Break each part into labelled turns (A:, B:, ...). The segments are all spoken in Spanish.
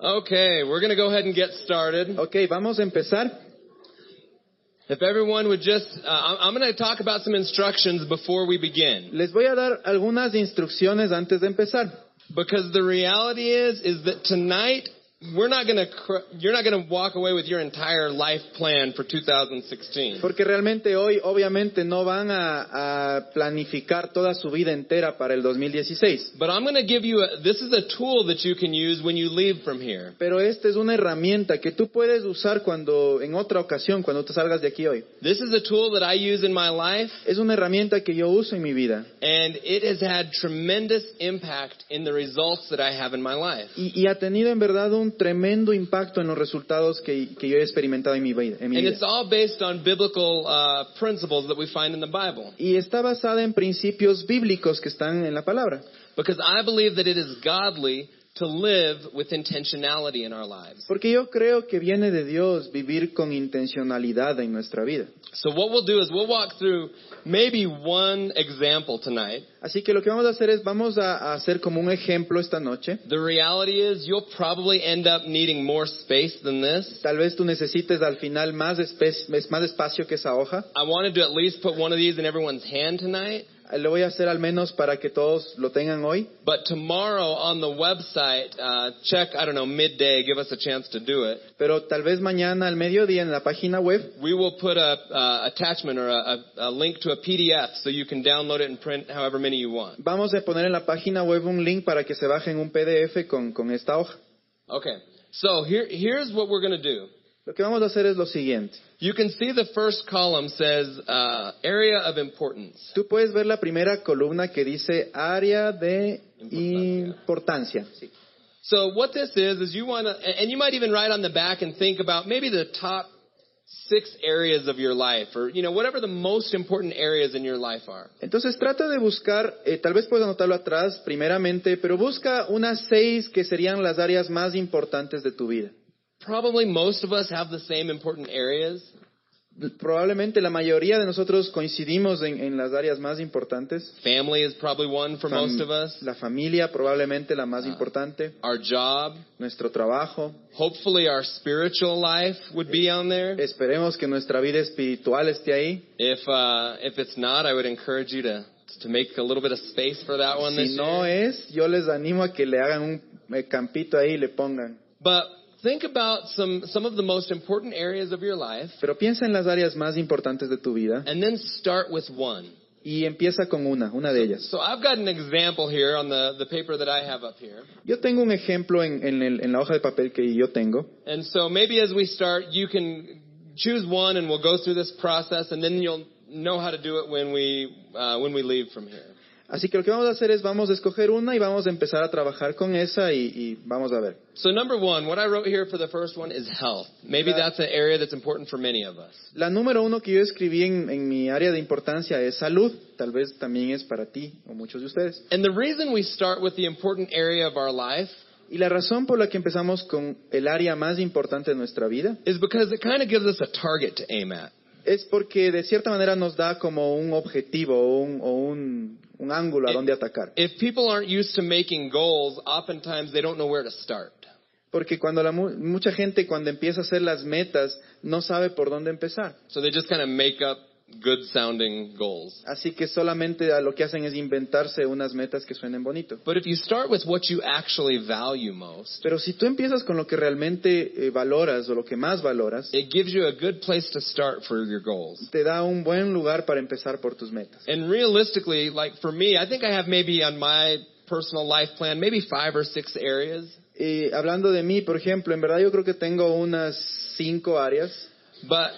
A: Okay, we're going to go ahead and get started.
B: Ok, vamos a empezar.
A: If everyone would just, uh, I'm- I'm going to talk about some instructions before we begin.
B: Les voy a dar algunas instrucciones antes de empezar.
A: Because the reality is, is that tonight, we're not going to, cr- you're not going to walk away with your entire life plan for 2016.
B: Porque realmente hoy obviamente no van a, a planificar toda su vida entera para el 2016.
A: But I'm going to give you a, this is a tool that you can use when you leave from here.
B: Pero esta es una herramienta que tú puedes usar cuando, en otra ocasión, cuando te salgas de aquí hoy.
A: This is a tool that I use in my life,
B: Es una herramienta que yo uso en mi vida.
A: and it has had tremendous impact in the results that I have in my life.
B: Y, y ha tenido en verdad un tremendo impacto en los resultados que, que yo he experimentado en mi, vida- en mi
A: And it's
B: vida.
A: all based on biblical uh, principles that we find in the Bible.
B: Y está basada en principios bíblicos que están en la palabra.
A: Because I believe that it is godly to live with intentionality in our lives.
B: Porque yo creo que viene de Dios vivir con intencionalidad en nuestra vida.
A: So, what we'll do is we'll walk through maybe one example tonight.
B: Así que lo que vamos a hacer es, vamos a, a hacer como un ejemplo esta noche.
A: The reality is, you'll probably end up needing more space than this.
B: Tal vez tú necesites al final más, espe- es- más espacio que esa hoja.
A: I wanted to at least put one of these in everyone's hand tonight.
B: Eh, Lo voy a hacer al menos para que todos lo tengan hoy.
A: But tomorrow on the website, uh, check, I don't know, midday, give us a chance to do it.
B: Pero tal vez mañana al mediodía en la página web
A: We will put a uh, attachment or a, a, a link to a PDF so you can download it and print however many you want.
B: vamos a poner en la página web un link para que se bajen un PDF con, con esta hoja.
A: Okay. So here, here's what we're going to do.
B: Lo que vamos a hacer es lo siguiente.
A: You can see the first column says uh, area of importance.
B: Tú puedes ver la primera columna que dice área de importancia.
A: So what this is is you want to, and you might even write on the back and think about maybe the top six areas of your life, or you know whatever the most important areas in your life are.
B: Entonces trata de buscar, eh, tal vez puedes anotarlo atrás primeramente, pero busca unas seis que serían las áreas más importantes de tu vida.
A: Probably most of us have the same important areas,
B: Probablemente la mayoría de nosotros coincidimos en, en las áreas más importantes.
A: Family is probably one for most
B: Fam-
A: of us. Ah.
B: La familia probablemente la más importante,
A: Our job.
B: nuestro trabajo.
A: Hopefully our spiritual life would be on there.
B: Esperemos que nuestra vida espiritual esté ahí.
A: If uh, if it's not, I would encourage you to to make a little bit of space for that one this
B: Si no
A: year.
B: es, yo les animo a que le hagan un eh, campito ahí y le pongan.
A: But think about some some of the most important areas of your life,
B: Pero piensa en las áreas más importantes de tu vida
A: and then start with one.
B: y empieza con una, una de ellas.
A: So I've got an example here on the the paper that I have up here,
B: Yo tengo un ejemplo en, en el- en la hoja de papel que yo tengo.
A: and so maybe as we start, you can choose one, and we'll go through this process, and then you'll know how to do it when we uh, when we leave from here.
B: Así que lo que vamos a hacer es vamos a escoger una y vamos a empezar a trabajar con esa y, y vamos a ver.
A: So number one, what I wrote here for the first one is health. Maybe
B: Yeah.
A: that's an area that's important for many of us.
B: La número uno que yo escribí en, en mi área de importancia es salud. Tal vez también es para ti o muchos de ustedes.
A: And the reason we start with the important area of our life
B: Y la razón por la que empezamos con el área más importante de nuestra vida
A: is because it kind of gives us a target to aim at.
B: es porque de cierta manera nos da como un objetivo o un, o un- un ángulo a donde atacar.
A: If people aren't used to making goals, oftentimes they don't know where to start.
B: Porque cuando la mu- mucha gente cuando empieza a hacer las metas no sabe por dónde empezar.
A: So they just kind of make up good sounding goals.
B: Así que solamente a lo que hacen es inventarse unas metas que suenen bonito.
A: But if you start with what you actually value most,
B: Pero si tú empiezas con lo que realmente eh, valoras o lo que más valoras, eh,
A: it gives you a good place to start for your goals.
B: te da un buen lugar para empezar por tus metas.
A: And realistically, like for me, I think I have maybe on my personal life plan, maybe five or six areas.
B: Y hablando de mí, por ejemplo, en verdad yo creo que tengo unas cinco áreas.
A: But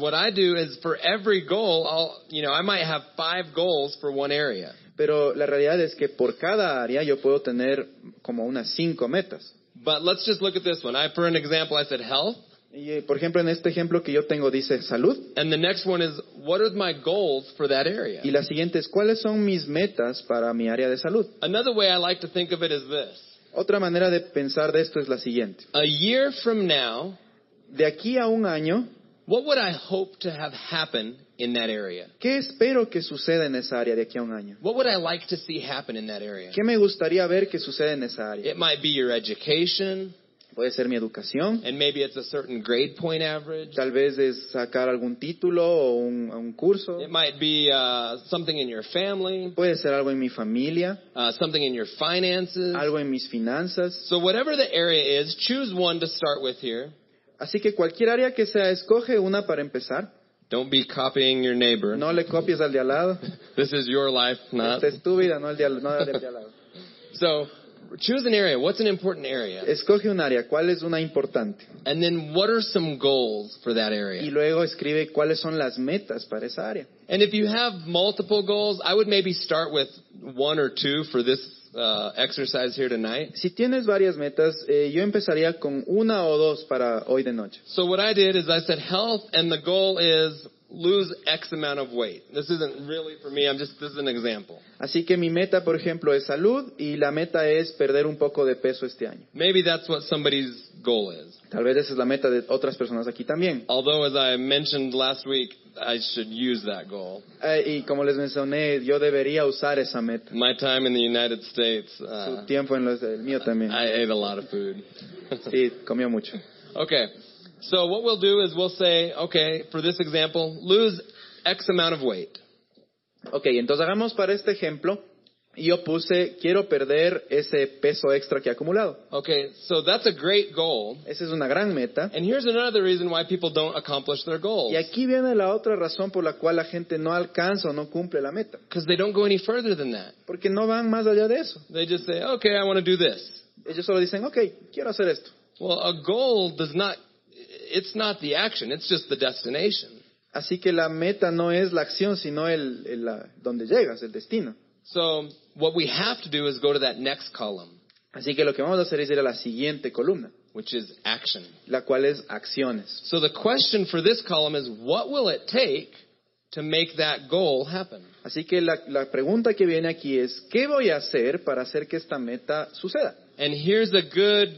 A: what I do is for every goal, I'll, you know, I might have five goals for one area.
B: Pero la realidad es que por cada área yo puedo tener como unas cinco metas.
A: But let's just look at this one. I, for an example, I said health.
B: Y, eh, por ejemplo, en este ejemplo que yo tengo dice salud.
A: And the next one is, what are my goals for that area?
B: Y la siguiente es, ¿cuáles son mis metas para mi área de salud?
A: Another way I like to think of it is this.
B: Otra manera de pensar de esto es la siguiente.
A: A year from now,
B: De aquí a un año,
A: what would I hope to have happen in that area?
B: ¿qué espero que suceda en esa área de aquí a un año?
A: What would I like to see happen in that area?
B: ¿Qué me gustaría ver que suceda en esa área?
A: It might be your education,
B: Puede ser mi educación,
A: and maybe it's a certain grade point average.
B: tal vez es sacar algún título o un, un curso,
A: It might be uh, something in your family,
B: puede ser algo en mi familia,
A: uh, something in your finances.
B: algo en mis finanzas.
A: So whatever the area is, choose one to start with here.
B: Así que cualquier área que sea, escoge una para empezar.
A: Don't be copying your neighbor.
B: No le copies al de al lado.
A: This is your life, not.
B: Esta es tu vida, no el de al, no el de al lado.
A: So choose an area. What's an important area?
B: Escoge un área, cuál es una importante.
A: And then what are some goals for that
B: Y
A: area?
B: luego escribe cuáles son las metas para esa área.
A: And if you have multiple goals, I would maybe start with one or two for this uh, exercise here tonight.
B: Si tienes varias metas, eh, yo empezaría con una o dos para hoy de noche.
A: So what I did is I said health, and the goal is lose X amount of weight. This isn't really for me. I'm just this is an example.
B: Así que mi meta, por ejemplo, es salud y la meta es perder un poco de peso este año.
A: Maybe that's what somebody's goal is.
B: Tal vez esa es la meta de otras personas aquí también.
A: Although, as I mentioned last week, I should use that goal.
B: Eh, y como les mencioné, yo debería usar esa meta.
A: My time in the United States, uh,
B: Su tiempo en los, el mío también.
A: I ate a lot of food.
B: Sí, comió mucho.
A: okay, so what we'll do is we'll say, okay, for this example, lose X amount of weight.
B: Ok, entonces hagamos para este ejemplo. Yo puse, quiero perder ese peso extra que he acumulado.
A: Okay, so that's a great goal.
B: Esa es una gran meta.
A: And here's another reason why people don't accomplish their goals.
B: Y aquí viene la otra razón por la cual la gente no alcanza o no cumple la meta.
A: Because they don't go any further than that.
B: Porque no van más allá de eso.
A: They just say, okay, I want to do this.
B: Ellos solo dicen, ok, quiero hacer esto.
A: Well, a goal does not, it's not the action, it's just the destination.
B: Así que la meta no es la acción, sino el, el- la- donde llegas, el destino.
A: So what we have to do is go to that next column,
B: Así que lo que vamos a hacer es ir a la siguiente columna,
A: which is action.
B: la cual es acciones.
A: So the question for this column is, what will it take to make that goal happen?
B: Así que la, la pregunta que viene aquí es, ¿qué voy a hacer para hacer que esta meta suceda?
A: And here's a good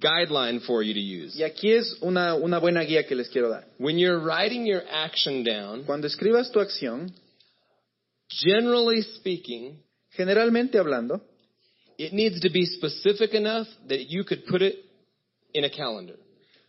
A: guideline for you to use.
B: Y aquí es una, una buena guía que les quiero dar.
A: When you're writing your action down,
B: Cuando escribas tu acción,
A: generally speaking,
B: generalmente hablando,
A: it needs to be specific enough that you could put it in a calendar.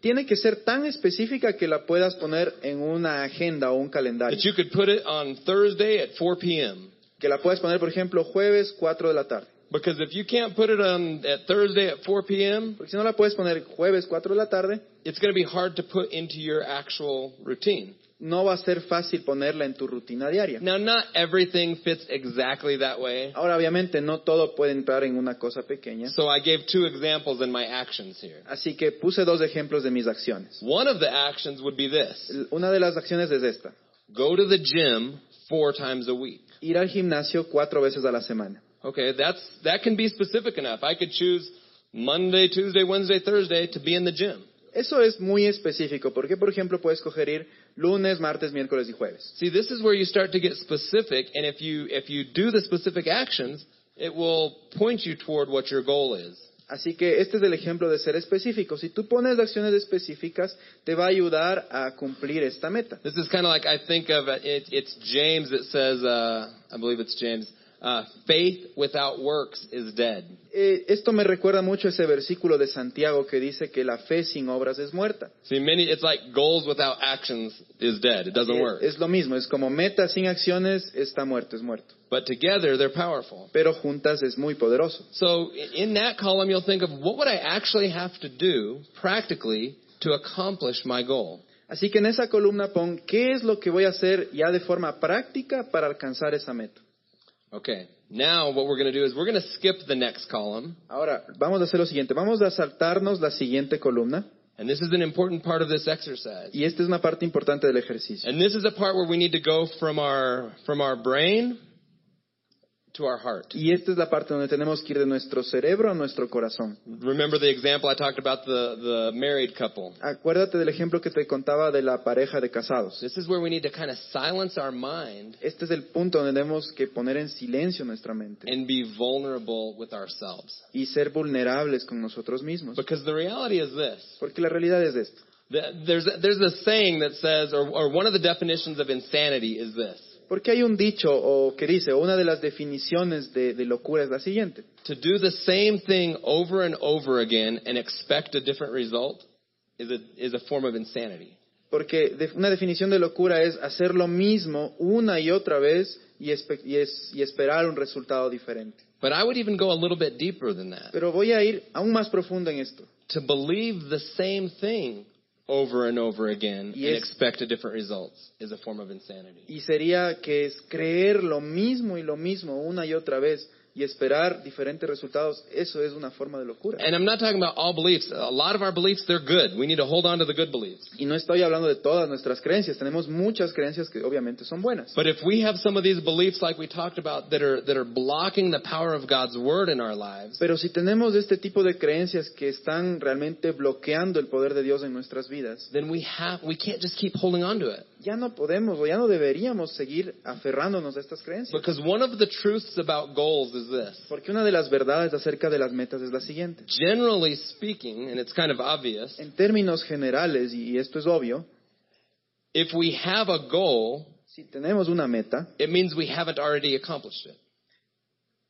B: tiene que ser tan específica que la puedas poner en una agenda o un calendario.
A: That you could put it on Thursday at 4 p.m.
B: Que la puedas poner, por ejemplo, jueves 4 de la tarde.
A: Because if you can't put it on at Thursday at 4 p.m.,
B: Porque si no la puedes poner jueves 4 de la tarde,
A: it's going to be hard to put into your actual routine.
B: no va a ser fácil ponerla en tu rutina diaria.
A: Now, not everything fits exactly that way.
B: Ahora, obviamente, no todo puede entrar en una cosa pequeña.
A: So I gave two examples in my actions here.
B: Así que puse dos ejemplos de mis acciones.
A: One of the actions would be this.
B: L- Una de las acciones es esta.
A: Go to the gym four times a week.
B: Ir al gimnasio cuatro veces a la semana.
A: Okay, that's, that can be specific enough. I could choose Monday, Tuesday, Wednesday, Thursday to be in the gym.
B: Eso es muy específico, porque, por ejemplo, puedes coger ir lunes, martes, miércoles y jueves.
A: See, this is where you start to get specific, and if you if you do the specific actions, it will point you toward what your goal is.
B: Así que este es el ejemplo de ser específico. Si tú pones acciones específicas, te va a ayudar a cumplir esta meta.
A: This is kind of like I think of uh, it, it's James that says, uh, I believe it's James, uh, faith without works is dead.
B: Eh, esto me recuerda mucho ese versículo de Santiago que dice que la fe sin obras es muerta.
A: See, many it's like goals without actions is dead. It doesn't work.
B: Eh, Es lo mismo, es como meta sin acciones está muerto, es muerto.
A: But together they're powerful.
B: Pero juntas es muy poderoso.
A: So i- in that column, you'll think of what would I actually have to do practically to accomplish my goal.
B: Así que en esa columna pon qué es lo que voy a hacer ya de forma práctica para alcanzar esa meta.
A: Okay. Now what we're going to do is we're going to skip the next column.
B: Ahora, vamos a hacer lo siguiente, vamos a saltarnos la siguiente columna
A: And this is an important part of this exercise.
B: y esta es una parte importante del ejercicio.
A: And this is the part where we need to go from our from our brain to our heart.
B: Y esta es la parte donde tenemos que ir de nuestro cerebro a nuestro corazón.
A: Remember the example I talked about the the married couple.
B: Acuérdate del ejemplo que te contaba de la pareja de casados.
A: This is where we need to kind of silence our mind
B: Este es el punto donde tenemos que poner en silencio nuestra mente
A: and be vulnerable with ourselves.
B: y ser vulnerables con nosotros mismos.
A: Because the reality is this.
B: Porque la realidad es esta.
A: Th- There's a, there's a saying that says or or one of the definitions of insanity is this.
B: Porque hay un dicho o que dice, o una de las definiciones de, de locura es la siguiente.
A: To do the same thing over and over again and expect a different result is a, is a form of insanity.
B: Porque de- una definición de locura es hacer lo mismo una y otra vez y, espe- y es- y esperar un resultado diferente.
A: But I would even go a little bit deeper than that.
B: Pero voy a ir aún más profundo en esto.
A: To believe the same thing over and over again and
B: Yes.
A: expect a different result is a form of insanity.
B: Y sería que es creer lo mismo y lo mismo una y otra vez y esperar diferentes resultados. Eso es una forma de locura.
A: And I'm not talking about all beliefs. A lot of our beliefs, they're good. We need to hold on to the good beliefs.
B: Y no estoy hablando de todas nuestras creencias. Tenemos muchas creencias que obviamente son buenas.
A: But if we have some of these beliefs like we talked about that are, that are blocking the power of God's word in our lives,
B: Pero si tenemos este tipo de creencias que están realmente bloqueando el poder de Dios en nuestras vidas,
A: then we have, we can't just keep holding on to it.
B: ya no podemos o ya no deberíamos seguir aferrándonos a estas creencias.
A: Because one of the truths about goals is this.
B: Porque una de las verdades acerca de las metas es la siguiente.
A: Generally speaking, and it's kind of obvious,
B: En términos generales, y esto es obvio,
A: if we have a goal,
B: si tenemos una meta,
A: it means we haven't already accomplished it.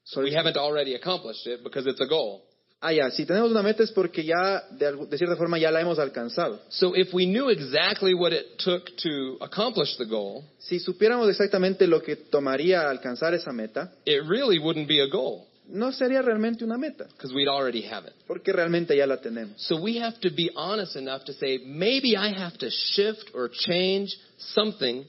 B: sol-
A: We haven't already accomplished it because it's a goal.
B: ah, ya, si tenemos una meta es porque ya, de, algu- de cierta forma, ya la hemos alcanzado.
A: So if we knew exactly what it took to accomplish the goal,
B: Si supiéramos exactamente lo que tomaría alcanzar esa meta,
A: it really wouldn't be a goal
B: no sería realmente una meta,
A: because we'd already have it.
B: porque realmente ya la tenemos.
A: So we have to be honest enough to say, maybe I have to shift or change something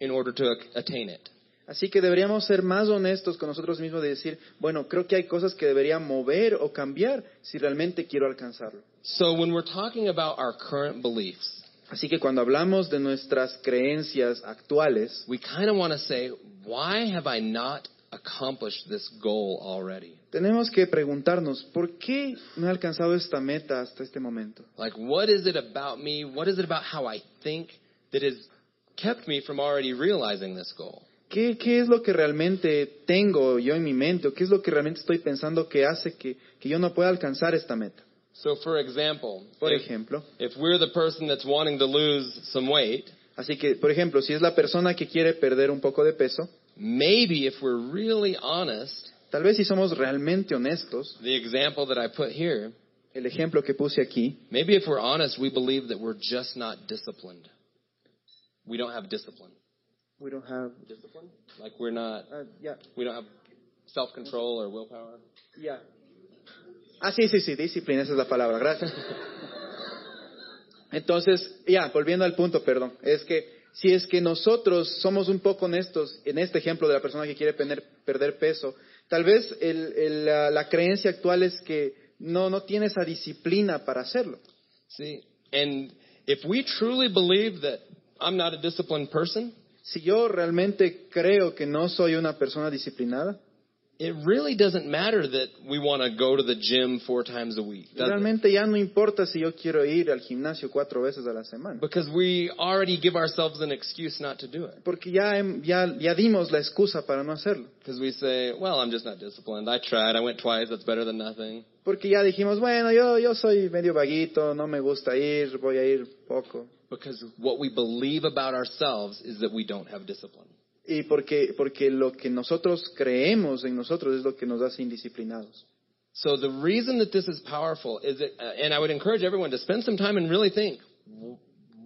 A: in order to ac- attain it.
B: Así que deberíamos ser más honestos con nosotros mismos de decir, bueno, creo que hay cosas que debería mover o cambiar si realmente quiero alcanzarlo.
A: So when we're talking about our current beliefs,
B: Así que cuando hablamos de nuestras creencias actuales,
A: we kind of want to say, why have I not accomplished this goal already?
B: tenemos que preguntarnos, ¿por qué no he alcanzado esta meta hasta este momento?
A: Like, what is it about me? What is it about how I think that has kept me from already realizing this goal?
B: ¿Qué, qué es lo que realmente tengo yo en mi mente o qué es lo que realmente estoy pensando que hace que, que yo no pueda alcanzar esta meta?
A: So, for example,
B: Por
A: if,
B: ejemplo,
A: if we're the person that's wanting to lose some weight,
B: así que, por ejemplo, si es la persona que quiere perder un poco de peso,
A: maybe if we're really honest,
B: tal vez si somos realmente honestos,
A: the example that I put here,
B: el ejemplo que puse aquí,
A: maybe if we're honest, we believe that we're just not disciplined. We don't have discipline.
B: we don't have-
A: Discipline? Like we're not,
B: ah, ya,
A: we don't have self control or willpower.
B: ya. Ah, sí, sí, sí, disciplina, esa es la palabra, gracias. Entonces, ya, volviendo al punto, perdón, es que si es que nosotros somos un poco honestos en este ejemplo de la persona que quiere pener- perder peso, tal vez el- el, la, la creencia actual es que no, no tiene esa disciplina para hacerlo.
A: See, and if we truly believe that I'm not a disciplined person,
B: Si yo realmente creo que no soy una persona disciplinada,
A: it really doesn't matter that we want to go to the gym four times a week, does it?
B: realmente ya no importa si yo quiero ir al gimnasio cuatro veces a la semana.
A: Because we already give ourselves an excuse not to do it.
B: Porque ya, hem- ya, ya dimos la excusa para no hacerlo.
A: Because we say, well, I'm just not disciplined. I tried. I went twice. That's better than nothing.
B: Porque ya dijimos, bueno, yo, yo soy medio vaguito, no me gusta ir, voy a ir poco.
A: Because what we believe about ourselves is that we don't have discipline.
B: Y porque, porque lo que nosotros creemos en nosotros es lo que nos hace indisciplinados.
A: So the reason that this is powerful is that, uh, and I would encourage everyone to spend some time and really think, "Wh-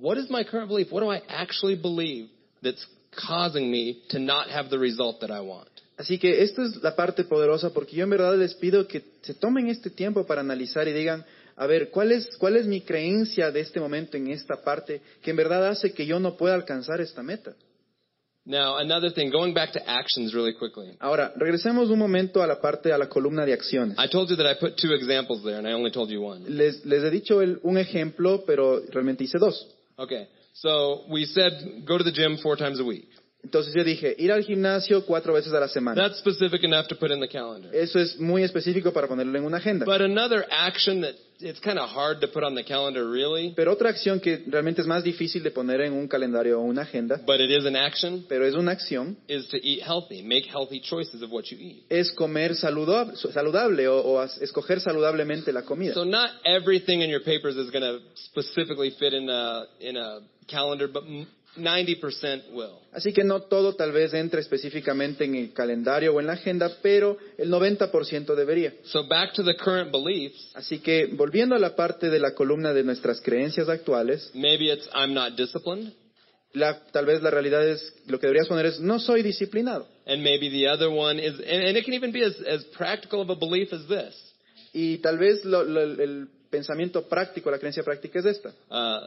A: what is my current belief? What do I actually believe that's causing me to not have the result that I want?
B: Así que esta es la parte poderosa porque yo en verdad les pido que se tomen este tiempo para analizar y digan, a ver, ¿cuál es, cuál es mi creencia de este momento en esta parte que en verdad hace que yo no pueda alcanzar esta meta?
A: Now, another thing, going back to actions really quickly.
B: Ahora, regresemos un momento a la parte, a la columna de acciones.
A: I told you that I put two examples there and I only told you one.
B: Les, les he dicho el- un ejemplo, pero realmente hice dos.
A: Okay. So we said go to the gym four times a week.
B: Entonces yo dije, ir al gimnasio cuatro veces a la semana.
A: That's specific enough to put in the calendar.
B: Eso es muy específico para ponerlo en una agenda.
A: But another action that it's kind of hard to put on the calendar really,
B: Pero otra acción que realmente es más difícil de poner en un calendario o una agenda,
A: but it is an action,
B: pero es una acción,
A: is to eat healthy. Make healthy choices of what you eat.
B: es comer saludab- saludable o, o as- escoger saludablemente la comida.
A: So not everything in your papers is going to specifically fit in a in a calendar, but m- 90% will.
B: Así que no todo tal vez entre específicamente en el calendario o en la agenda, pero el 90% debería.
A: So back to the current beliefs,
B: Así que volviendo a la parte de la columna de nuestras creencias actuales,
A: maybe it's I'm not disciplined,
B: la- tal vez la realidad es, lo que deberías poner es, no soy disciplinado.
A: and maybe the other one is, and, and it can even be as, as practical of a belief as this.
B: Y tal vez lo- lo- el pensamiento práctico, la creencia práctica es esta.
A: Uh,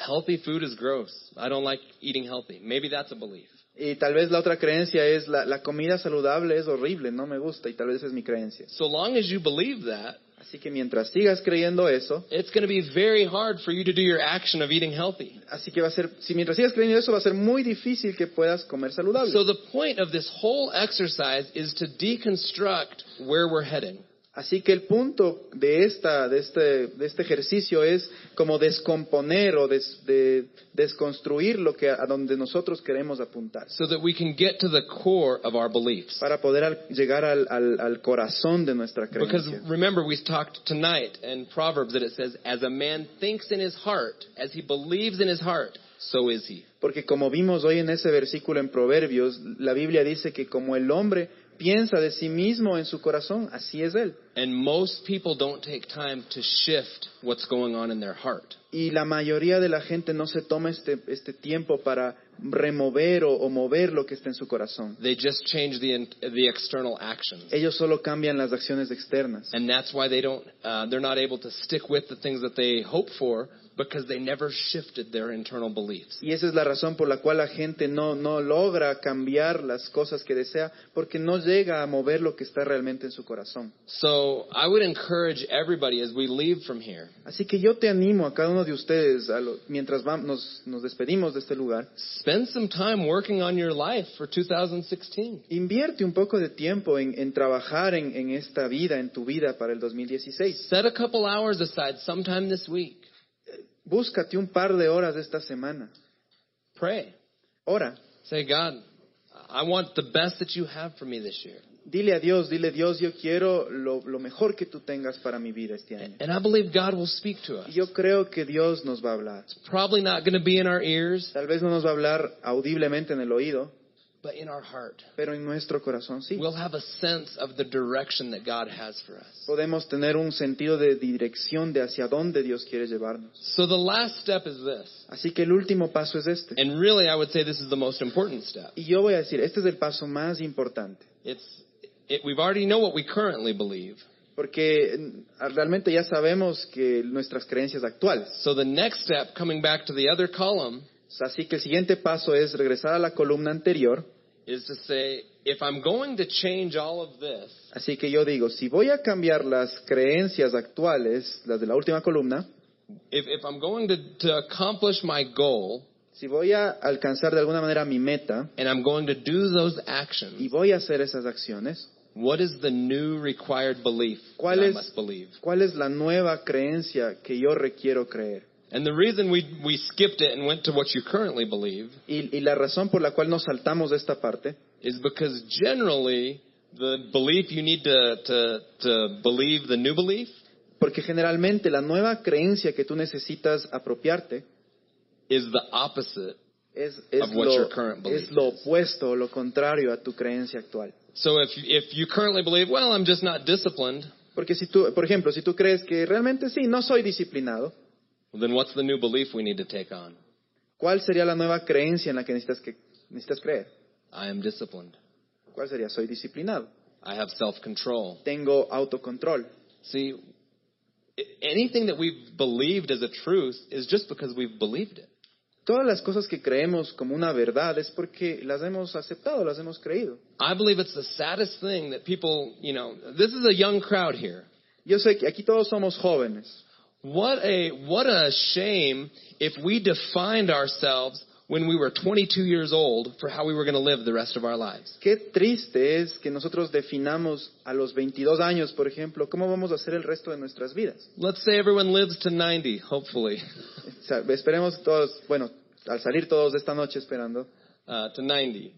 A: healthy food is gross. I don't like eating healthy. Maybe that's a belief.
B: Y tal vez la otra creencia es, la, la comida saludable es horrible, no me gusta, y tal vez esa es mi creencia.
A: So long as you believe that,
B: Así que mientras sigas creyendo eso,
A: it's going to be very hard for you to do your action of eating healthy.
B: Así que va a ser, si mientras sigas creyendo eso, va a ser muy difícil que puedas comer saludable.
A: So the point of this whole exercise is to deconstruct where we're heading.
B: Así que el punto de, esta, de, este, de este ejercicio es como descomponer o des- de- desconstruir lo que, a donde nosotros queremos apuntar,
A: so that we can get to the core of our beliefs.
B: para poder al- llegar al, al- al corazón de nuestra
A: Because
B: creencia.
A: remember, we talked tonight in Proverbs that it says, As a man thinks in his heart, as he believes in his heart, so is he.
B: Porque como vimos hoy en ese versículo en Proverbios, la Biblia dice que como el hombre piensa de sí mismo en su corazón, así es él.
A: And most people don't take time to shift what's going on in their heart.
B: y la mayoría de la gente no se toma este, este tiempo para remover o, o mover lo que está en su corazón.
A: They just change the, in- the external actions.
B: Ellos solo cambian las acciones externas.
A: And that's why they don't, uh, they're not able to stick with the things that they hope for because they never shifted their internal beliefs.
B: Y esa es la razón por la cual la gente no, no logra cambiar las cosas que desea porque no llega a mover lo que está realmente en su corazón.
A: So I would encourage everybody as we leave from here,
B: Así que yo te animo a cada uno de ustedes, a lo- mientras vam- nos, nos despedimos de este lugar,
A: Spend some time working on your life for 2016.
B: invierte un poco de tiempo en, en trabajar en, en esta vida, en tu vida para el 2016.
A: Set a couple hours aside sometime this week.
B: Búscate un par de horas de esta semana.
A: Pray.
B: Ora.
A: Say, God, I want the best that you have for me this year.
B: Dile a Dios, dile Dios, yo quiero lo, lo mejor que tú tengas para mi vida este año.
A: And I believe God will speak to
B: Y
A: us.
B: yo creo que Dios nos va a hablar.
A: Probably not going to be in our ears,
B: Tal vez no nos va a hablar audiblemente en el oído,
A: but in our heart.
B: pero en nuestro corazón sí.
A: We'll have a sense of the direction that God has for us.
B: Podemos tener un sentido de dirección de hacia dónde Dios quiere llevarnos.
A: So the last step is this.
B: Así que el último paso es este.
A: And really, I would say this is the most important step.
B: Y yo voy a decir, este es el paso más importante,
A: It's, it, we've already know what we currently believe.
B: porque mm, realmente ya sabemos que nuestras creencias actuales.
A: So the next step, coming back to the other column,
B: Así que el siguiente paso es regresar a la columna anterior.
A: is to say, if I'm going to change all of this,
B: Así que yo digo, si voy a cambiar las creencias actuales, las de la última columna,
A: if, if I'm going to, to accomplish my goal,
B: si voy a alcanzar de alguna manera mi meta
A: and I'm going to do those
B: y
A: actions,
B: voy a hacer esas acciones,
A: what is the new required belief
B: ¿Cuál
A: that I
B: es?
A: must believe?
B: ¿cuál es la nueva creencia que yo requiero creer?
A: And the reason we, we skipped it and went to what you currently believe
B: Y, y la razón por la cual nos saltamos de esta parte
A: is because generally the belief you need to, to, to believe the new belief
B: porque generalmente la nueva creencia que tú necesitas apropiarte
A: is the opposite.
B: es, es
A: Of what your current
B: lo,
A: belief
B: es lo
A: is.
B: opuesto, lo contrario a tu creencia actual.
A: So if, if you currently believe, well, I'm just not disciplined,
B: Porque si tú, por ejemplo, si tú crees que realmente sí, no soy disciplinado,
A: then what's the new belief we need to take on?
B: ¿Cuál sería la nueva creencia en la que necesitas, que necesitas creer?
A: I am disciplined.
B: ¿Cuál sería? Soy disciplinado.
A: I have self control.
B: Tengo autocontrol.
A: See, i- anything that we've believed as a truth is just because we've believed it.
B: Todas las cosas que creemos como una verdad es porque las hemos aceptado, las hemos creído.
A: I believe it's the saddest thing that people, you know, this is a young crowd here.
B: Yo sé que aquí todos somos jóvenes.
A: What a what a shame if we defined ourselves when we were 22 years old for how we were going to live the rest of our lives.
B: Qué triste es que nosotros definamos a los 22 años, por ejemplo, cómo vamos a hacer el resto de nuestras vidas.
A: Let's say everyone lives to 90, hopefully,
B: O sea, esperemos todos, bueno, al salir todos de esta noche esperando.
A: uh, to 90.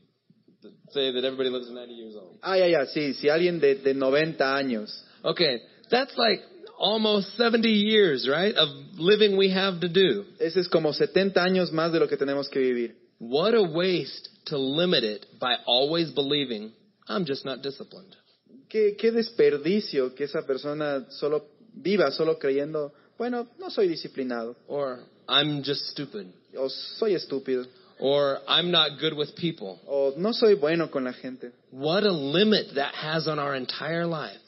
A: Say that everybody lives to 90 years old.
B: Ah, ya, ya, sí, si alguien de, de 90 años.
A: Okay, that's like almost 70 years, right, of living we have to do.
B: Ese es como 70 años más de lo que tenemos que vivir.
A: What a waste to limit it by always believing, I'm just not disciplined.
B: Qué, qué desperdicio que esa persona solo viva solo creyendo, bueno, no soy disciplinado
A: Or, I'm just stupid.
B: o soy estúpido
A: Or, I'm not good with people.
B: o no soy bueno con la gente.
A: What a limit that has on our entire life.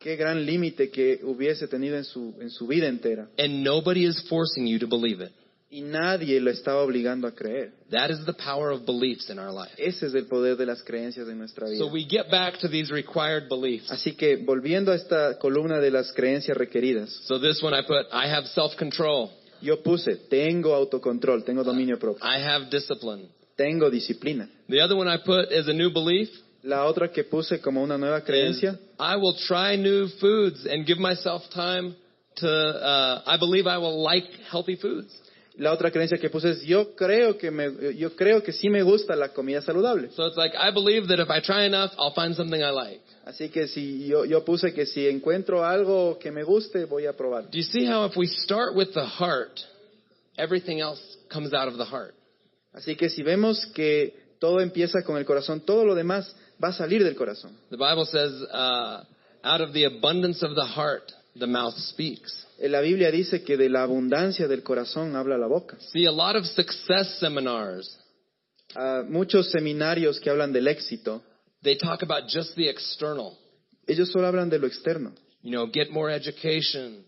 B: Qué gran límite que hubiese tenido en su, en su vida entera.
A: And nobody is forcing you to believe it.
B: Y nadie lo estaba obligando a creer.
A: That is the power of beliefs in our life.
B: Ese es el poder de las creencias de nuestra vida.
A: So we get back to these required beliefs.
B: Así que volviendo a esta columna de las creencias requeridas,
A: So this one I put, I have self-control.
B: yo puse, tengo autocontrol, tengo dominio propio,
A: I have discipline.
B: tengo disciplina.
A: The other one I put is a new belief.
B: La otra que puse como una nueva
A: Is
B: creencia,
A: I will try new foods and give myself time to. Uh, I believe I will like healthy foods.
B: la otra creencia que puse es, yo creo que, me, yo creo que sí me gusta la comida saludable.
A: So it's like I believe that if I try enough, I'll find something I like.
B: Así que si yo, yo puse que si encuentro algo que me guste, voy a probar.
A: Do you see how if we start with the heart, everything else comes out of the heart?
B: Así que si vemos que todo empieza con el corazón, todo lo demás va a salir del corazón.
A: The Bible says, uh, out of the abundance of the heart, the mouth speaks.
B: Eh, La Biblia dice que de la abundancia del corazón habla la boca.
A: See, a lot of success seminars,
B: Ah, muchos seminarios que hablan del éxito,
A: they talk about just the external.
B: ellos solo hablan de lo externo.
A: You know, get more education,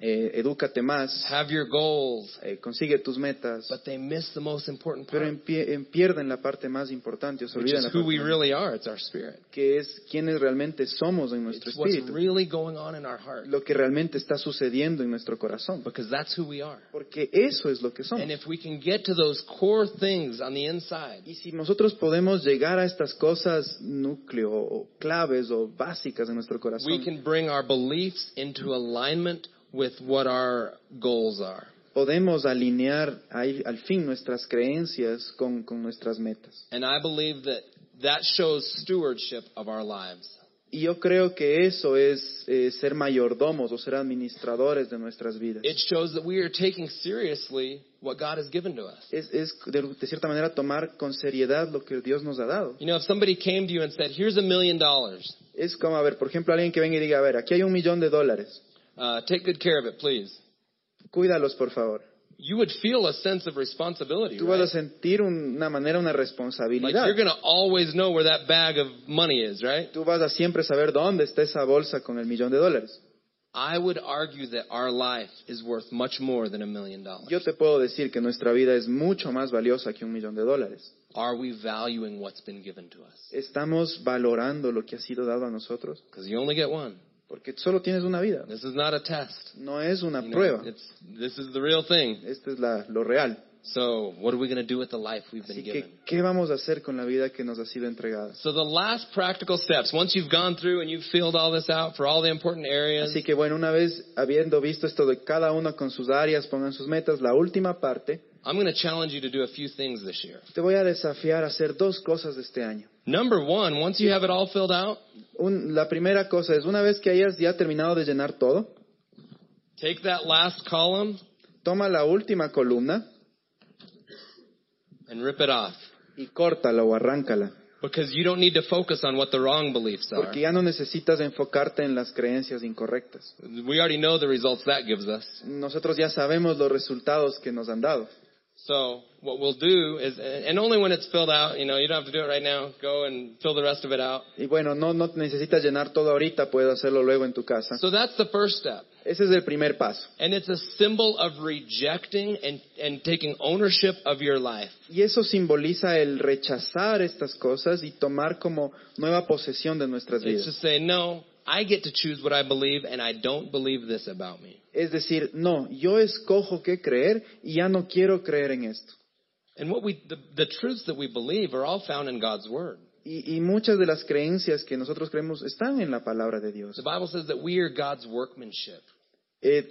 B: Eh, edúcate más,
A: have your goals,
B: eh, consigue tus metas,
A: but they miss the most important
B: pero
A: part.
B: empie- em- pierden la parte más importante, o se
A: which
B: olvidan
A: is
B: la
A: who
B: parte
A: we
B: más-
A: really are. It's our spirit.
B: que es quienes realmente somos en nuestro
A: It's what's
B: espíritu,
A: really going on in our heart
B: lo que realmente está sucediendo en nuestro corazón,
A: because that's who we are.
B: porque eso es lo que somos.
A: And if we can get to those core things on the inside,
B: Y si nosotros podemos llegar a estas cosas núcleo o claves o básicas de nuestro
A: we
B: corazón,
A: can bring our beliefs into alignment with what our goals are.
B: podemos alinear ahí- al fin nuestras creencias con, con nuestras metas.
A: And I believe that that shows stewardship of our lives.
B: Y yo creo que eso es eh, ser mayordomos o ser administradores de nuestras vidas.
A: It shows that we are taking seriously what God has given to us.
B: Es, es, de, de cierta manera tomar con seriedad lo que Dios nos ha dado.
A: You know, if somebody came to you and said, "Here's a million dollars,
B: Es como, a ver, por ejemplo, alguien que venga y diga, a ver, aquí hay un millón de dólares,
A: uh, take good care of it, please,"
B: cuídalos por favor.
A: you would feel a sense of responsibility.
B: Tú vas a
A: right?
B: sentir un- una manera, una
A: Like
B: responsabilidad.
A: you're gonna always know where that bag of money is, right?
B: Tú vas a siempre saber dónde está esa bolsa con el millón de dólares.
A: I would argue that our life is worth much more than a million dollars.
B: Yo te puedo decir que nuestra vida es mucho más valiosa que un millón de dólares.
A: Are we valuing what's been given to us?
B: Estamos valorando lo que ha sido dado a nosotros,
A: Because you only get one.
B: porque solo tienes una vida.
A: This is not a test.
B: No es una
A: You know,
B: prueba.
A: it's this is the real thing.
B: Esto es la- lo real.
A: So what are we gonna do with the life we've been
B: Así
A: given?
B: que, ¿qué vamos a hacer con la vida que nos ha sido entregada?
A: So the last practical steps, once you've gone through and you've filled all this out for all the important areas,
B: Así que, bueno, una vez habiendo visto esto de cada uno con sus áreas, pongan sus metas, la última parte,
A: I'm gonna challenge you to do a few things this year.
B: te voy a desafiar a hacer dos cosas de este año.
A: Number one, once you have it all filled out,
B: Un- la primera cosa es, una vez que hayas ya terminado de llenar todo,
A: take that last column
B: Toma la última columna
A: and rip it off.
B: y córtala o arráncala,
A: Because you don't need to focus on what the wrong beliefs are.
B: porque ya no necesitas enfocarte en las creencias incorrectas.
A: We already know the results that gives us.
B: Nosotros ya sabemos los resultados que nos han dado.
A: So what we'll do is, and only when it's filled out, you know, you don't have to do it right now. Go and fill the rest of it out.
B: Y bueno, no, no necesitas llenar todo ahorita, puedes hacerlo luego en tu casa.
A: So that's the first step.
B: Ese es el primer paso.
A: And it's a symbol of rejecting and, and taking ownership of your life.
B: Y eso simboliza el rechazar estas cosas y tomar como nueva posesión de nuestras
A: It's to
B: vidas.
A: say, no, I get to choose what I believe and I don't believe this about me.
B: Es decir, no, yo escojo qué creer y ya no quiero creer en esto.
A: And what we, the, the truths that we believe are all found in God's Word.
B: Y, y muchas de las creencias que nosotros creemos están en la palabra de Dios.
A: The Bible says that we are God's workmanship.
B: Eh,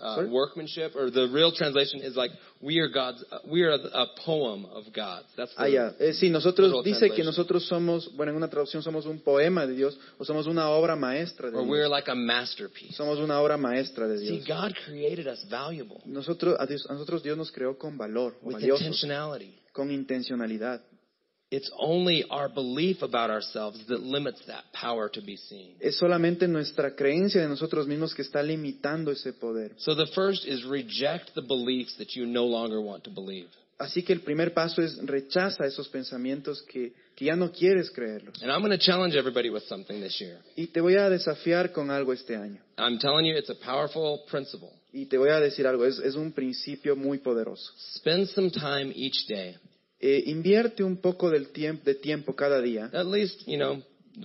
A: uh,
B: Sorry?
A: workmanship, or the real translation is like we are God's, uh, we are a poem of God's. That's the,
B: Ah, ya. Eh, sí, nosotros,
A: Literal
B: dice que
A: translation.
B: nosotros somos, bueno, en una traducción somos un poema de Dios o somos una obra maestra de
A: or we're
B: Dios.
A: like a masterpiece.
B: Somos una obra maestra de
A: See,
B: Dios.
A: God created us valuable
B: Nosotros, a, Dios, a nosotros Dios nos creó con valor, o
A: with
B: valiosos,
A: intentionality.
B: con intencionalidad.
A: It's only our belief about ourselves that limits that power to be seen.
B: Es solamente nuestra creencia de nosotros mismos que está limitando ese poder.
A: So the first is reject the beliefs that you no longer want to believe.
B: Así que el primer paso es rechaza esos pensamientos que, que ya no quieres creerlos.
A: And I'm going to challenge everybody with something this year.
B: Y te voy a desafiar con algo este año.
A: I'm telling you, it's a powerful principle.
B: Y te voy a decir algo, es, es un principio muy poderoso.
A: Spend some time each day,
B: Eh, invierte un poco del tiemp- de tiempo cada día,
A: at least, you know,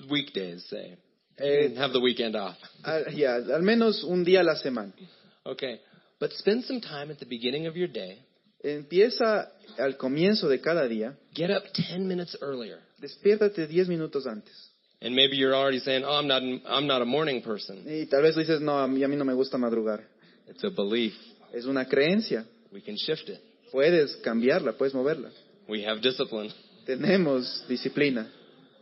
A: weekdays, say.
B: Eh,
A: And have the weekend off.
B: al, ya, al menos un día a la semana.
A: Okay. But spend some time at the beginning of your day.
B: Empieza al comienzo de cada día,
A: Get up 10 minutes earlier.
B: despiértate 10 minutos antes.
A: And maybe you're already saying, oh, I'm not, I'm not a morning person.
B: Y tal vez dices, no, a mí, a mí no me gusta madrugar.
A: It's a belief.
B: Es una creencia,
A: We can shift it.
B: puedes cambiarla, puedes moverla.
A: We have discipline.
B: Tenemos disciplina.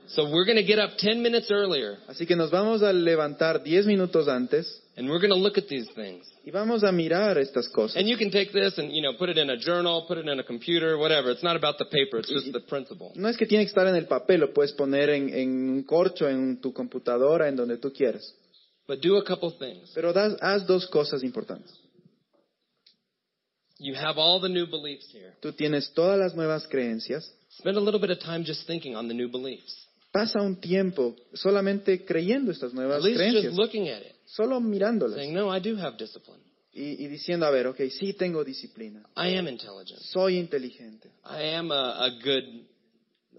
A: So we're going to get up 10 minutes earlier
B: Así que nos vamos a levantar 10 minutos antes
A: and we're going to look at these things.
B: y vamos a mirar estas cosas.
A: And you can take this and, you know, put it in a journal, put it in a computer, whatever. It's not about the paper. It's just the principle.
B: No es que tiene que estar en el papel, lo puedes poner en, en un corcho, en tu computadora, en donde tú quieras.
A: But do a couple things.
B: Pero das- haz dos cosas importantes.
A: You have all the new beliefs here.
B: Tú tienes todas las nuevas creencias.
A: Spend a little bit of time just thinking on the new beliefs.
B: Pasa un tiempo solamente creyendo estas
A: At
B: nuevas
A: least
B: creencias,
A: just looking at it,
B: solo mirándolas
A: saying, no, I do have discipline.
B: y, y diciendo, a ver, ok, sí tengo disciplina,
A: I am intelligent.
B: soy inteligente,
A: I am a, a good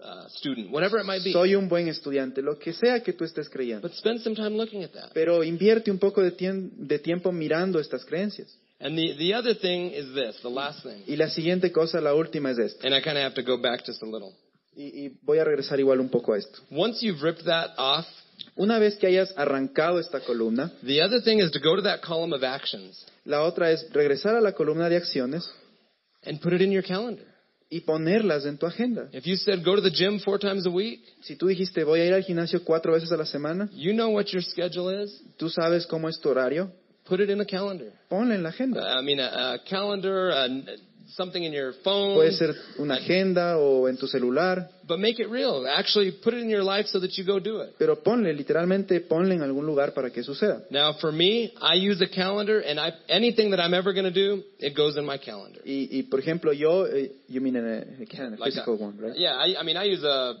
A: uh, student, whatever it might be.
B: soy un buen estudiante, lo que sea que tú estés creyendo.
A: But spend some time looking at that.
B: Pero invierte un poco de, tien- de tiempo mirando estas creencias.
A: And the, the other thing is this, the last thing.
B: Y la siguiente cosa, la última, es esta.
A: And I kind of have to go back just a little.
B: Y, y voy a regresar igual un poco a esto.
A: Once you've ripped that off,
B: Una vez que hayas arrancado esta columna,
A: the other thing is to go to that column of actions
B: la otra es regresar a la columna de acciones
A: and put it in your calendar.
B: y ponerlas en tu agenda.
A: If you said go to the gym four times a week,
B: Si tú dijiste voy a ir al gimnasio cuatro veces a la semana,
A: you know what your schedule is.
B: tú sabes cómo es tu horario,
A: Put it in a calendar.
B: ponla en la
A: Uh,
B: agenda.
A: I mean, a, a calendar, a, something in your phone.
B: Puede ser una agenda o en tu celular,
A: But make it real. Actually, put it in your life so that you go do it.
B: pero ponle, literalmente ponle en algún lugar para que suceda.
A: Now, for me, I use a calendar, and I, anything that I'm ever going to do, it goes in my calendar.
B: Y, y, por ejemplo, yo, eh, you mean a- a calendar,
A: Like
B: physical
A: a-
B: one, right?
A: Yeah, I, I mean, I use a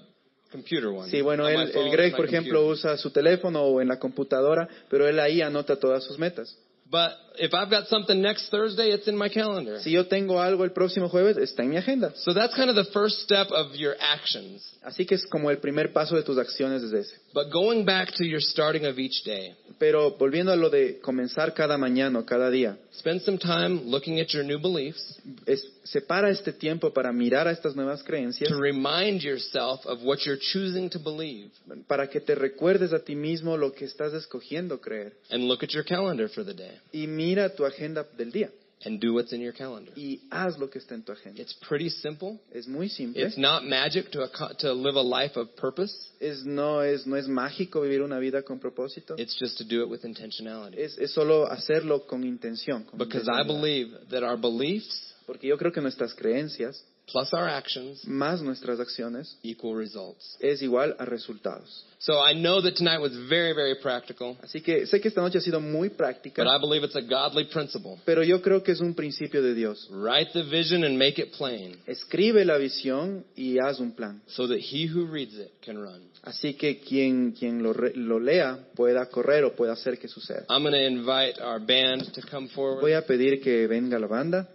A: computer one.
B: Sí, bueno,
A: On my
B: él,
A: phone,
B: el Greg,
A: my
B: por ejemplo,
A: computer.
B: usa su teléfono o en la computadora, pero él ahí anota todas sus metas.
A: But if I've got something next Thursday, it's in my calendar.
B: Si yo tengo algo el próximo jueves, está en mi agenda.
A: So that's kind of the first step of your actions.
B: Así que es como el primer paso de tus acciones desde ese.
A: But going back to your starting of each day,
B: Pero volviendo a lo de comenzar cada mañana o cada día,
A: spend some time looking at your new beliefs
B: es- separa este tiempo para mirar a estas nuevas creencias,
A: to remind yourself of what you're choosing to believe
B: para que te recuerdes a ti mismo lo que estás escogiendo creer.
A: and look at your calendar for the day
B: Y mira tu agenda del día
A: and do what's in your calendar.
B: y haz lo que está en tu agenda.
A: It's pretty simple.
B: Es muy simple.
A: It's not magic to, aco- to live a life of purpose.
B: Es, no, es, no es mágico vivir una vida con propósito.
A: It's just to do it with intentionality.
B: Es, es solo hacerlo con intención. con
A: Because I
B: intencionalidad.
A: believe that our beliefs
B: Porque yo creo que nuestras creencias
A: plus our actions
B: más nuestras acciones
A: equal results.
B: es igual a resultados.
A: So I know that tonight was very, very practical,
B: Así que sé que esta noche ha sido muy práctica,
A: but I believe it's a godly principle.
B: pero yo creo que es un principio de Dios.
A: Write the vision and make it plain
B: Escribe la visión y haz un plan.
A: so that he who reads it can run.
B: Así que quien, quien lo, re- lo lea pueda correr o pueda hacer que suceda.
A: I'm going to invite our band to come
B: Voy
A: forward.
B: a pedir que venga la banda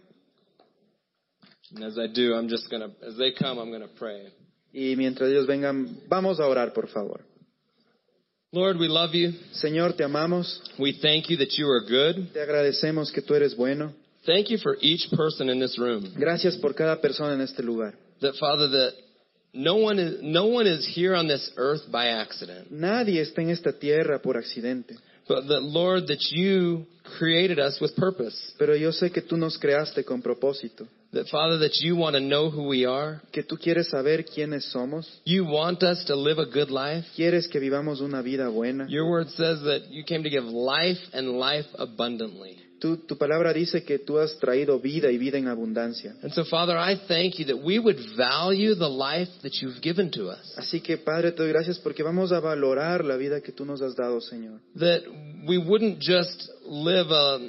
A: And as I do, I'm just going to, as they come, I'm going to pray.
B: y mientras ellos vengan, vamos a orar, por favor.
A: Lord, we love you.
B: Señor, te amamos,
A: We thank you that you are good.
B: te agradecemos que tú eres bueno.
A: Thank you for each person in this room.
B: Gracias por cada persona en este lugar.
A: That Father, that no one is no one is here on this earth by accident.
B: Nadie está en esta tierra por accidente.
A: But the Lord, that you created us with purpose.
B: Pero yo sé que tú nos creaste con propósito,
A: That Father, that you want to know who we are.
B: que tú quieres saber quiénes somos,
A: You want us to live a good life.
B: quieres que vivamos una vida buena.
A: Your word says that you came to give life and life abundantly.
B: Tú- tu palabra dice que tú has traído vida y vida en abundancia.
A: And so, Father, I thank you that we would value the life that you've given to us.
B: Así que Padre, te doy gracias porque vamos a valorar la vida que tú nos has dado, Señor.
A: That we wouldn't just live a,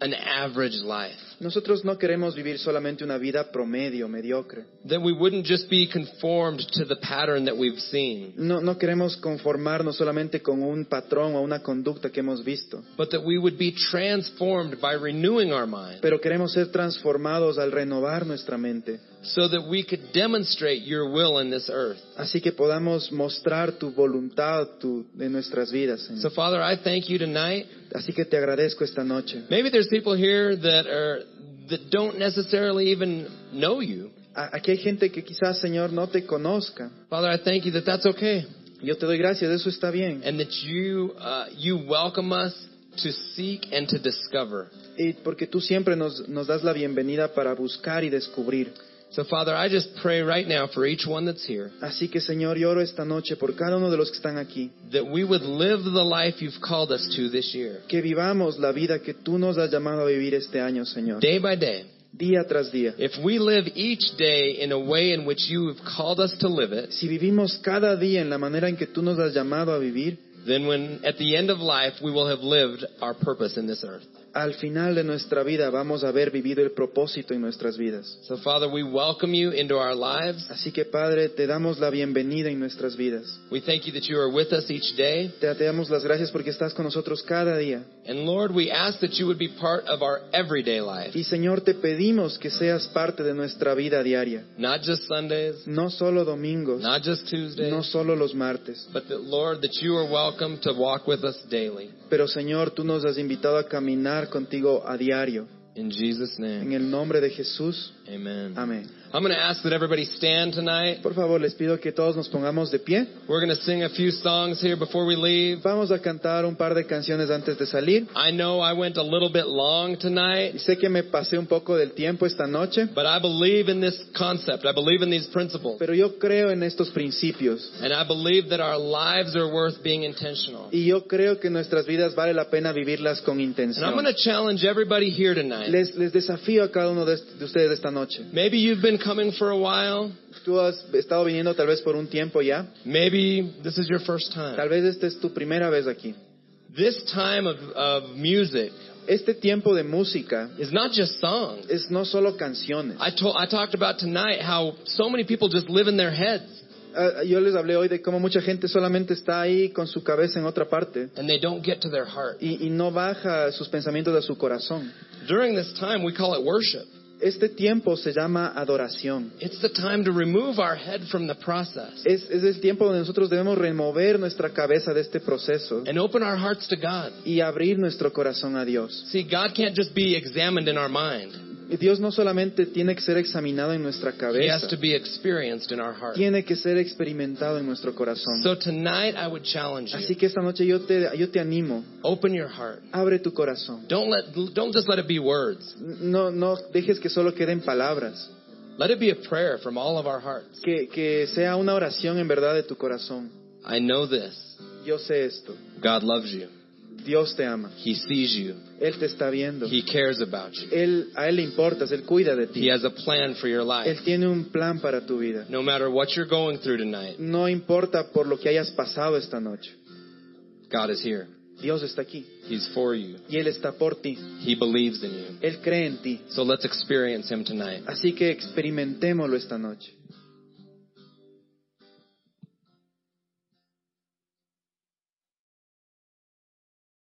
A: an average life.
B: Nosotros no queremos vivir solamente una vida promedio, mediocre.
A: That we wouldn't just be conformed to the pattern that we've seen.
B: No, no queremos conformarnos solamente con un patrón o una conducta que hemos visto,
A: But that we would be transformed by renewing our mind
B: pero queremos ser transformados al renovar nuestra mente,
A: so that we could demonstrate your will in this earth.
B: así que podamos mostrar tu voluntad tu, en nuestras vidas. Señor.
A: So, Father, I thank you tonight.
B: Así que te agradezco esta noche.
A: Maybe there's people here that are that don't necessarily even know you.
B: A- Aquí hay gente que quizás, Señor, no te conozca.
A: Father, I thank you that that's okay,
B: Yo te doy gracias, eso está bien.
A: and that you uh, you welcome us to seek and to discover.
B: Y porque tú siempre nos, nos das la bienvenida para buscar y descubrir.
A: So, Father, I just pray right now for each one that's here
B: Así que, Señor, yo oro esta noche por cada uno de los que están aquí.
A: that we would live the life you've called us to this year,
B: Que vivamos la vida que tú nos has llamado a vivir este año, Señor.
A: day by day.
B: Día tras día.
A: If we live each day in a way in which you have called us to live it,
B: Si vivimos cada día en la manera en que tú nos has llamado a vivir,
A: then when at the end of life we will have lived our purpose in this earth.
B: al final de nuestra vida vamos a haber vivido el propósito en nuestras vidas.
A: So, Father, we welcome you into our lives.
B: Así que, Padre, te damos la bienvenida en nuestras vidas.
A: We thank you that you are with us each day.
B: Te, te damos las gracias porque estás con nosotros cada día.
A: And Lord, we ask that you would be part of our everyday life,
B: Y, Señor, te pedimos que seas parte de nuestra vida diaria.
A: not just Sundays,
B: No solo domingos,
A: not just Tuesdays,
B: no solo los martes.
A: but that, Lord, that you are welcome to walk with us daily.
B: Pero Señor, tú nos has invitado a caminar contigo a diario.
A: In Jesus'
B: En
A: name,
B: el nombre de Jesús.
A: amen.
B: Amén.
A: I'm going to ask that everybody stand tonight.
B: Por favor, les pido que todos nos pongamos de pie.
A: We're going to sing a few songs here before we leave.
B: Vamos a cantar un par de canciones antes de salir.
A: I know I went a little bit long tonight,
B: Y sé que me pasé un poco del tiempo esta noche,
A: but I believe in this concept. I believe in these principles.
B: pero yo creo en estos principios.
A: And I believe that our lives are worth being intentional.
B: Y yo creo que nuestras vidas vale la pena vivirlas con
A: And I'm going
B: intención.
A: to challenge everybody here tonight.
B: Les, les desafío a cada uno de, est- de ustedes esta noche.
A: Maybe you've been coming for a while.
B: Tú has estado viniendo tal vez por un tiempo ya.
A: Maybe this is your first
B: Tal
A: time.
B: vez esta es tu primera vez aquí.
A: This time of, of music
B: Este tiempo de música
A: is not just songs.
B: es no solo canciones.
A: I, told, I talked about tonight how so many people just live in their heads
B: Ah, yo les hablé hoy de cómo mucha gente solamente está ahí con su cabeza en otra parte
A: and they don't get to their heart.
B: y, y no baja sus pensamientos a su corazón.
A: During this time, we call it worship.
B: Este tiempo se llama adoración.
A: It's the time to remove our head from the process
B: Es, es el tiempo donde nosotros debemos remover nuestra cabeza de este proceso
A: and open our hearts to God.
B: y abrir nuestro corazón a Dios.
A: See, God can't just be examined in our mind.
B: Dios no solamente tiene que ser examinado en nuestra
A: He has
B: cabeza,
A: to be experienced in our heart.
B: tiene que ser experimentado en nuestro corazón.
A: So tonight I would challenge
B: Así
A: you.
B: que esta noche yo te, yo te animo,
A: Open your heart.
B: abre tu corazón.
A: Don't let don't just let it be words.
B: No, no dejes que solo queden palabras.
A: Let it be a prayer from all of our hearts.
B: Que, que sea una oración en verdad de tu corazón.
A: I know this.
B: Yo sé esto.
A: God loves you.
B: Dios te ama.
A: He sees you.
B: Él te está viendo.
A: He cares about you.
B: Él, a Él le importas. Él cuida de
A: He
B: ti.
A: has a plan for your life.
B: Él tiene un plan para tu vida.
A: No matter what you're going through tonight,
B: No importa por lo que hayas pasado esta noche.
A: God is here.
B: Dios está aquí.
A: He's for you.
B: Y Él está por ti.
A: He believes in you.
B: Él cree en ti.
A: So let's experience him tonight.
B: Así que experimentémoslo esta noche.